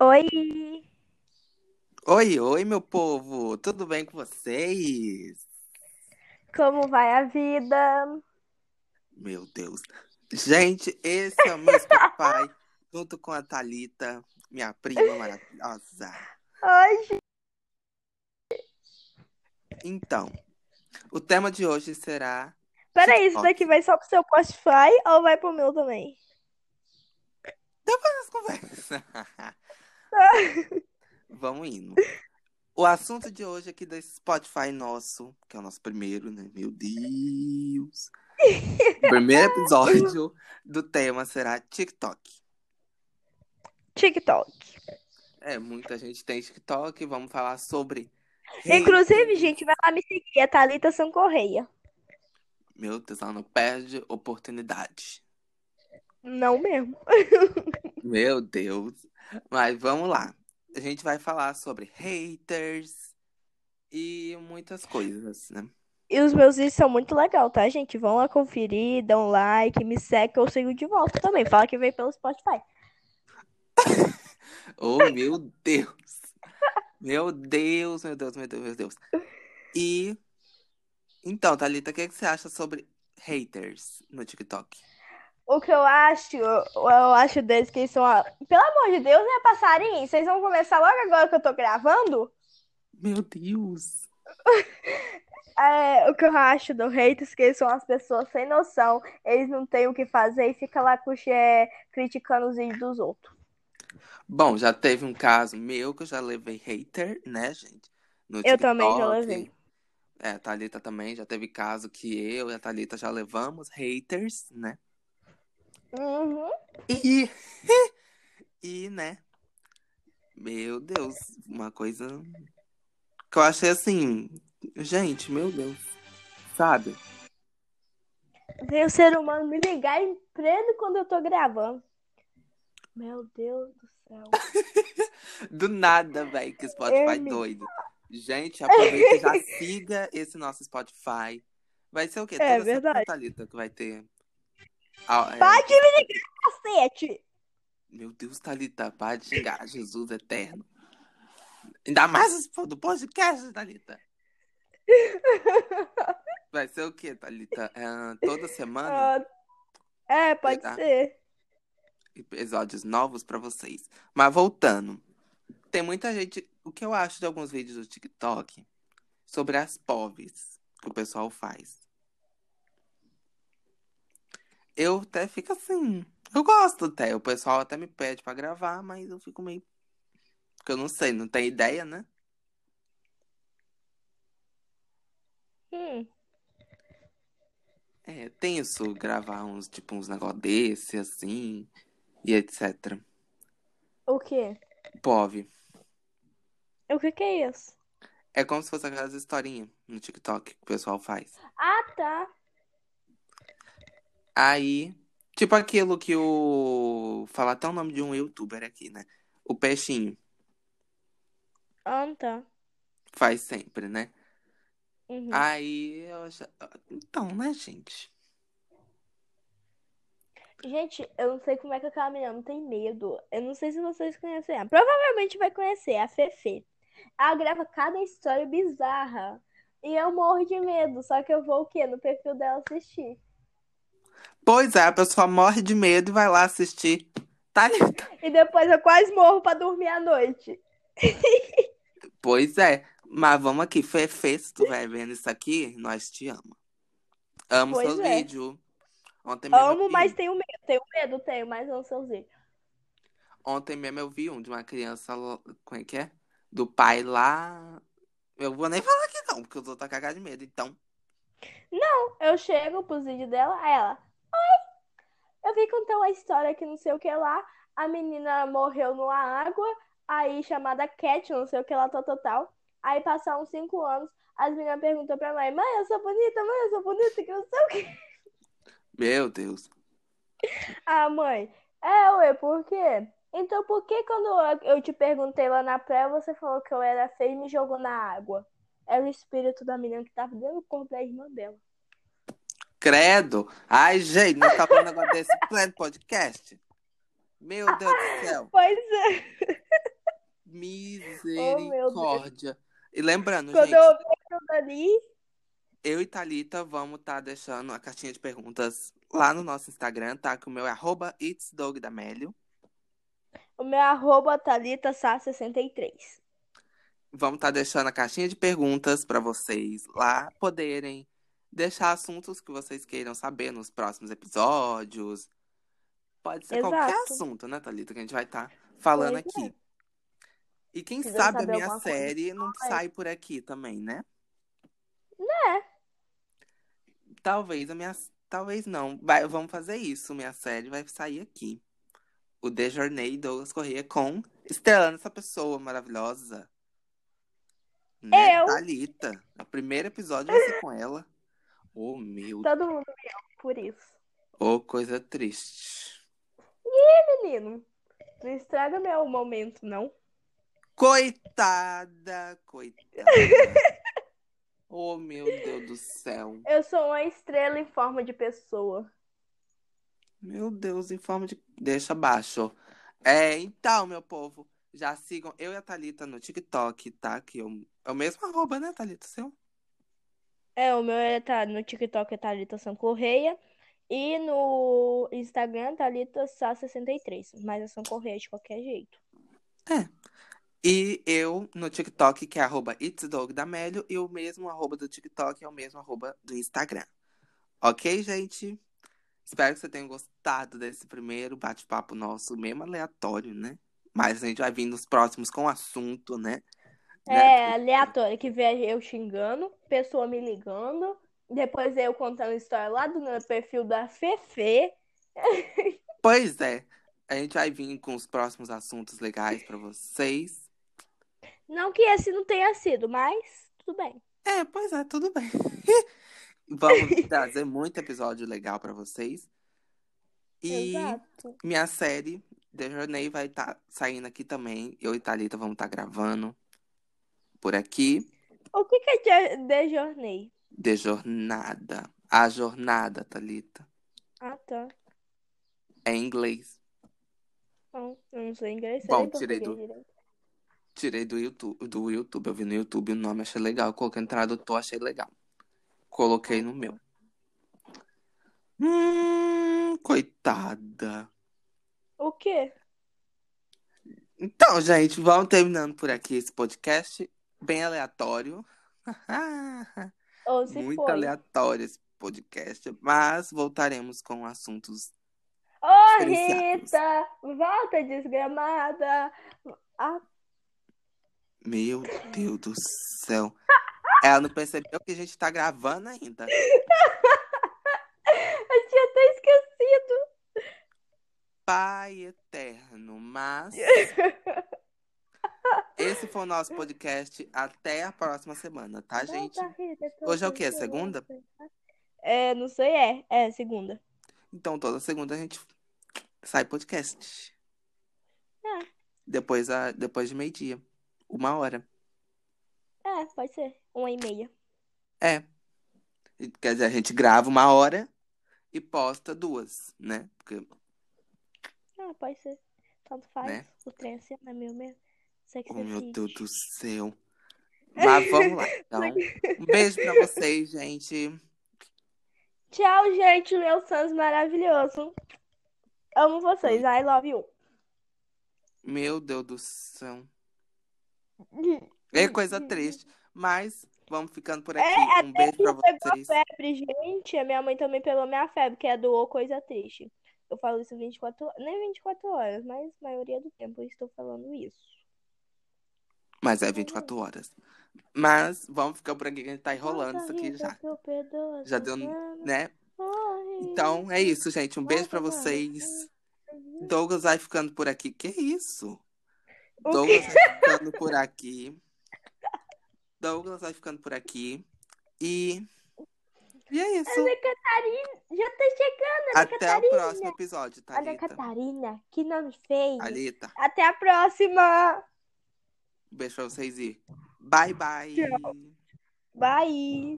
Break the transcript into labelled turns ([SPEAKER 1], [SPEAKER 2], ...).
[SPEAKER 1] Oi!
[SPEAKER 2] Oi, oi, meu povo, tudo bem com vocês?
[SPEAKER 1] Como vai a vida?
[SPEAKER 2] Meu Deus. Gente, esse é o meu Spotify, junto com a Thalita, minha prima maravilhosa.
[SPEAKER 1] Hoje,
[SPEAKER 2] Então, o tema de hoje será
[SPEAKER 1] peraí, isso daqui
[SPEAKER 2] TikTok.
[SPEAKER 1] vai só pro seu Spotify ou vai pro meu também?
[SPEAKER 2] Essas conversas. Vamos indo. O assunto de hoje aqui desse Spotify nosso, que é o nosso primeiro, né? Meu Deus. O primeiro episódio do tema será TikTok.
[SPEAKER 1] TikTok.
[SPEAKER 2] É, muita gente tem TikTok, vamos falar sobre
[SPEAKER 1] É, Inclusive,
[SPEAKER 2] haters.
[SPEAKER 1] gente, vai lá me seguir, é Thalita São Correia.
[SPEAKER 2] Meu Deus, ela não perde oportunidade.
[SPEAKER 1] Não mesmo.
[SPEAKER 2] Meu Deus. Mas vamos lá. A gente vai falar sobre haters e muitas coisas, né?
[SPEAKER 1] E os meus vídeos são muito legal, tá, gente? Vão lá conferir, dão like, me segue, que eu sigo de volta também. Fala que veio pelo Spotify.
[SPEAKER 2] Oh, meu Deus. Meu Deus, meu Deus, meu Deus, meu Deus. E então, Thalita, o que que você acha sobre haters no TikTok?
[SPEAKER 1] O que eu acho, eu, eu acho deles que eles são. a- Pelo amor de Deus, né, passarinho? Vocês vão começar logo agora que eu tô gravando?
[SPEAKER 2] Meu Deus.
[SPEAKER 1] É, o que eu acho do haters que eles são as pessoas sem noção, eles não têm o que fazer e fica lá cuxi, é, criticando os vídeos dos outros.
[SPEAKER 2] Bom, já teve um caso meu que eu já levei hater, né, gente? No
[SPEAKER 1] Eu também já
[SPEAKER 2] TikTok.
[SPEAKER 1] levei.
[SPEAKER 2] É, a Thalita também já teve caso que eu e a Thalita já levamos haters, né?
[SPEAKER 1] Uhum.
[SPEAKER 2] E, e, né? Meu Deus, uma coisa que eu achei assim, gente, meu Deus, sabe?
[SPEAKER 1] Vem o ser humano me ligar em pleno quando eu tô gravando. Meu Deus do céu.
[SPEAKER 2] Do nada, velho, que Spotify
[SPEAKER 1] Amy.
[SPEAKER 2] doido. Gente, aproveita e já siga esse nosso Spotify. Vai ser o quê?
[SPEAKER 1] É
[SPEAKER 2] Toda semana,
[SPEAKER 1] verdade.
[SPEAKER 2] Thalita, que vai ter. ah, é,
[SPEAKER 1] Pode me ligar, cacete!
[SPEAKER 2] Meu Deus, Thalita, para de xingar, Jesus eterno. Ainda mais os po- do podcast, Thalita. Vai ser o quê, Thalita? Ah, toda semana
[SPEAKER 1] Ah, é, pode
[SPEAKER 2] terá
[SPEAKER 1] ser.
[SPEAKER 2] episódios novos pra vocês. Mas voltando, tem muita gente. O que eu acho de alguns vídeos do TikTok sobre as POVs que o pessoal faz? Eu até fico assim. Eu gosto até. O pessoal até me pede pra gravar, mas eu fico meio. Porque eu não sei, não tem ideia, né?
[SPEAKER 1] Hum.
[SPEAKER 2] É tenso gravar uns, tipo, uns negócios desse, assim, e etc.
[SPEAKER 1] O quê?
[SPEAKER 2] POV.
[SPEAKER 1] O que que é isso?
[SPEAKER 2] É como se fosse aquelas historinhas no TikTok que o pessoal faz.
[SPEAKER 1] Ah, tá.
[SPEAKER 2] Aí, tipo aquilo que o. Falar até o nome de um youtuber aqui, né? O Peixinho
[SPEAKER 1] Ah, tá.
[SPEAKER 2] faz sempre, né?
[SPEAKER 1] Uhum.
[SPEAKER 2] Aí eu acho. Então, né, gente?
[SPEAKER 1] Gente, eu não sei como é que aquela menina não tem medo. Eu não sei se vocês conhecem ela. Provavelmente vai conhecer, a Fefe. Ela grava cada história bizarra. E eu morro de medo. Só que eu vou o quê? No perfil dela assistir.
[SPEAKER 2] Pois é, a pessoa morre de medo e vai lá assistir. Tá ligado?
[SPEAKER 1] E depois eu quase morro pra dormir à noite.
[SPEAKER 2] Pois é. Mas vamos aqui, Fefe, se tu vai vendo isso aqui, nós te amamos. Amo
[SPEAKER 1] Pois
[SPEAKER 2] seus
[SPEAKER 1] é.
[SPEAKER 2] vídeos. Ontem mesmo eu
[SPEAKER 1] Amo,
[SPEAKER 2] vi
[SPEAKER 1] mas
[SPEAKER 2] um.
[SPEAKER 1] tenho medo. Tenho medo, tenho, mas não sei usar.
[SPEAKER 2] Ontem mesmo eu vi um de uma criança. lo- Como é que é? Do pai lá. Eu vou nem falar aqui não, porque eu tô cagado de medo. Então,
[SPEAKER 1] Não, eu chego pros vídeos dela, aí ela. Eu vi contar uma história que não sei o que lá. A menina morreu numa água, aí chamada Cat, não sei o que lá, tal, tal, tal. Aí passaram uns cinco anos, as meninas perguntou pra mãe, mãe, eu sou bonita, mãe, eu sou bonita, que não sei o que.
[SPEAKER 2] meu Deus.
[SPEAKER 1] Ah, mãe, é, ué, por quê? Então por que quando eu eu te perguntei lá na praia, você falou que eu era feia e me jogou na água? Era o espírito da menina que tava dentro do corpo da irmã dela.
[SPEAKER 2] Credo. Ai, gente, não tá
[SPEAKER 1] Oh,
[SPEAKER 2] falando um negócio desse pleno podcast? Meu Deus do céu.
[SPEAKER 1] Pois é.
[SPEAKER 2] Misericórdia. e lembrando,
[SPEAKER 1] Quando
[SPEAKER 2] gente,
[SPEAKER 1] eu ouvi aquilo ali,
[SPEAKER 2] eu e Thalita vamos estar deixando a caixinha de perguntas lá no nosso Instagram, tá? Que o meu é arroba itsdogdamélio.
[SPEAKER 1] o meu arroba Thalita Sá 63.
[SPEAKER 2] Vamos estar deixando a caixinha de perguntas para vocês lá poderem deixar assuntos que vocês queiram saber nos próximos episódios. Pode ser qualquer
[SPEAKER 1] Exato.
[SPEAKER 2] assunto, né, Thalita, que a gente vai estar falando
[SPEAKER 1] Pois é.
[SPEAKER 2] aqui. E quem
[SPEAKER 1] Quiser
[SPEAKER 2] sabe a
[SPEAKER 1] saber
[SPEAKER 2] minha
[SPEAKER 1] alguma coisa,
[SPEAKER 2] série não
[SPEAKER 1] aí.
[SPEAKER 2] sai por aqui também, né?
[SPEAKER 1] É,
[SPEAKER 2] Talvez a minha. Talvez não. Vai- vamos fazer isso. Minha série vai sair aqui. O The Journey Douglas Corrêa com estrelando essa pessoa maravilhosa. Né?
[SPEAKER 1] Eu.
[SPEAKER 2] Thalita. O primeiro episódio vai ser com ela. Oh, meu.
[SPEAKER 1] todo mundo me ama por isso.
[SPEAKER 2] Oh, coisa triste.
[SPEAKER 1] Menino, não estraga meu momento, não.
[SPEAKER 2] Coitada, coitada. oh, meu Deus do céu.
[SPEAKER 1] Eu sou uma estrela em forma de pessoa.
[SPEAKER 2] Meu Deus, em forma de. Deixa abaixo. É, então, meu povo, já sigam eu e a Thalita no TikTok, tá? Que eu... é o mesmo arroba, né, Thalita? Seu?
[SPEAKER 1] É, o meu é, tá no TikTok é Thalita São Correia e no Instagram Thalita Sá 63. Mas é São Correia de qualquer jeito.
[SPEAKER 2] E eu no TikTok, que é arroba itsdogdamélio, e o mesmo arroba do TikTok é o mesmo arroba do Instagram. Ok, gente? Espero que você tenha gostado desse primeiro bate-papo nosso, mesmo aleatório, né? Mas a gente vai vir nos próximos com assunto, né?
[SPEAKER 1] É aleatório que vê eu xingando, pessoa me ligando, depois é eu contando história lá do meu perfil da Fefe.
[SPEAKER 2] Pois é, a gente vai vir com os próximos assuntos legais pra vocês.
[SPEAKER 1] Não que esse não tenha sido, mas tudo bem.
[SPEAKER 2] É, pois é, tudo bem. Vamos trazer muito episódio legal pra vocês. E
[SPEAKER 1] Exato.
[SPEAKER 2] minha série The Journey vai estar saindo aqui também. Eu e Thalita vamos estar gravando por aqui.
[SPEAKER 1] O que que é de- de Journey?
[SPEAKER 2] The Jornada. A Jornada, Thalita.
[SPEAKER 1] Ah, tá.
[SPEAKER 2] É em inglês.
[SPEAKER 1] Não, eu não sei inglês, sei
[SPEAKER 2] Bom,
[SPEAKER 1] nem
[SPEAKER 2] tirei
[SPEAKER 1] português
[SPEAKER 2] do-
[SPEAKER 1] direito.
[SPEAKER 2] Tirei do YouTube, do YouTube. Eu vi no YouTube o nome, achei legal. Coloquei no tradutor, achei legal. Coloquei no meu. Hum, coitada.
[SPEAKER 1] O quê?
[SPEAKER 2] Então, gente, vamos terminando por aqui esse podcast. Bem aleatório.
[SPEAKER 1] Ou se
[SPEAKER 2] Muito
[SPEAKER 1] foi?
[SPEAKER 2] aleatório esse podcast. Mas voltaremos com assuntos.
[SPEAKER 1] Ô,
[SPEAKER 2] diferenciados.
[SPEAKER 1] Rita, volta desgramada. Ah,
[SPEAKER 2] Meu Deus do céu. Ela não percebeu que a gente tá gravando ainda.
[SPEAKER 1] eu tinha até esquecido.
[SPEAKER 2] Pai eterno, mas. Esse foi o nosso podcast. Até a próxima semana, tá, gente?
[SPEAKER 1] Volta, Rita, tô
[SPEAKER 2] Hoje é o quê?
[SPEAKER 1] com
[SPEAKER 2] Segunda?
[SPEAKER 1] você. É, não sei, é. É, segunda.
[SPEAKER 2] Então, toda segunda a gente sai podcast.
[SPEAKER 1] É.
[SPEAKER 2] Depois, a... Depois de meio-dia. Uma hora.
[SPEAKER 1] É, pode ser. Uma e meia.
[SPEAKER 2] É. E, Quer dizer, a gente grava uma hora e posta duas, né? Porque
[SPEAKER 1] Ah, pode ser. Tanto faz.
[SPEAKER 2] Né?
[SPEAKER 1] O trem assim, não é meu mesmo. Sei que
[SPEAKER 2] Oh,
[SPEAKER 1] você
[SPEAKER 2] meu
[SPEAKER 1] decide.
[SPEAKER 2] Deus do céu. Mas vamos lá, então. Um beijo pra vocês, gente.
[SPEAKER 1] Tchau, gente. Meu Sans maravilhoso. Amo vocês. I love you.
[SPEAKER 2] Meu Deus do céu. É coisa triste. Mas vamos ficando por aqui.
[SPEAKER 1] É,
[SPEAKER 2] Um beijo pra
[SPEAKER 1] Pegou
[SPEAKER 2] vocês.
[SPEAKER 1] febre, gente. A minha mãe também pegou minha febre, que é doou coisa triste. Eu falo isso 24 horas. Nem 24 horas, mas maioria do tempo eu estou falando isso.
[SPEAKER 2] Mas é 24 horas. Mas vamos ficar por aqui que a gente tá enrolando isso aqui já, Já deu- né? Então é isso, gente. Um beijo pra vocês. Douglas vai ficando por aqui. Que isso?
[SPEAKER 1] O
[SPEAKER 2] Douglas vai ficando por aqui. Douglas vai ficando por aqui. E. E é isso.
[SPEAKER 1] Ana Catarina, já tá chegando, Ana
[SPEAKER 2] Até o
[SPEAKER 1] Catarina.
[SPEAKER 2] próximo episódio,
[SPEAKER 1] Ana
[SPEAKER 2] Thalita.
[SPEAKER 1] Catarina, que nome feio.
[SPEAKER 2] Thalita,
[SPEAKER 1] Até a próxima.
[SPEAKER 2] um beijo pra vocês e bye bye.
[SPEAKER 1] Tchau. Bye.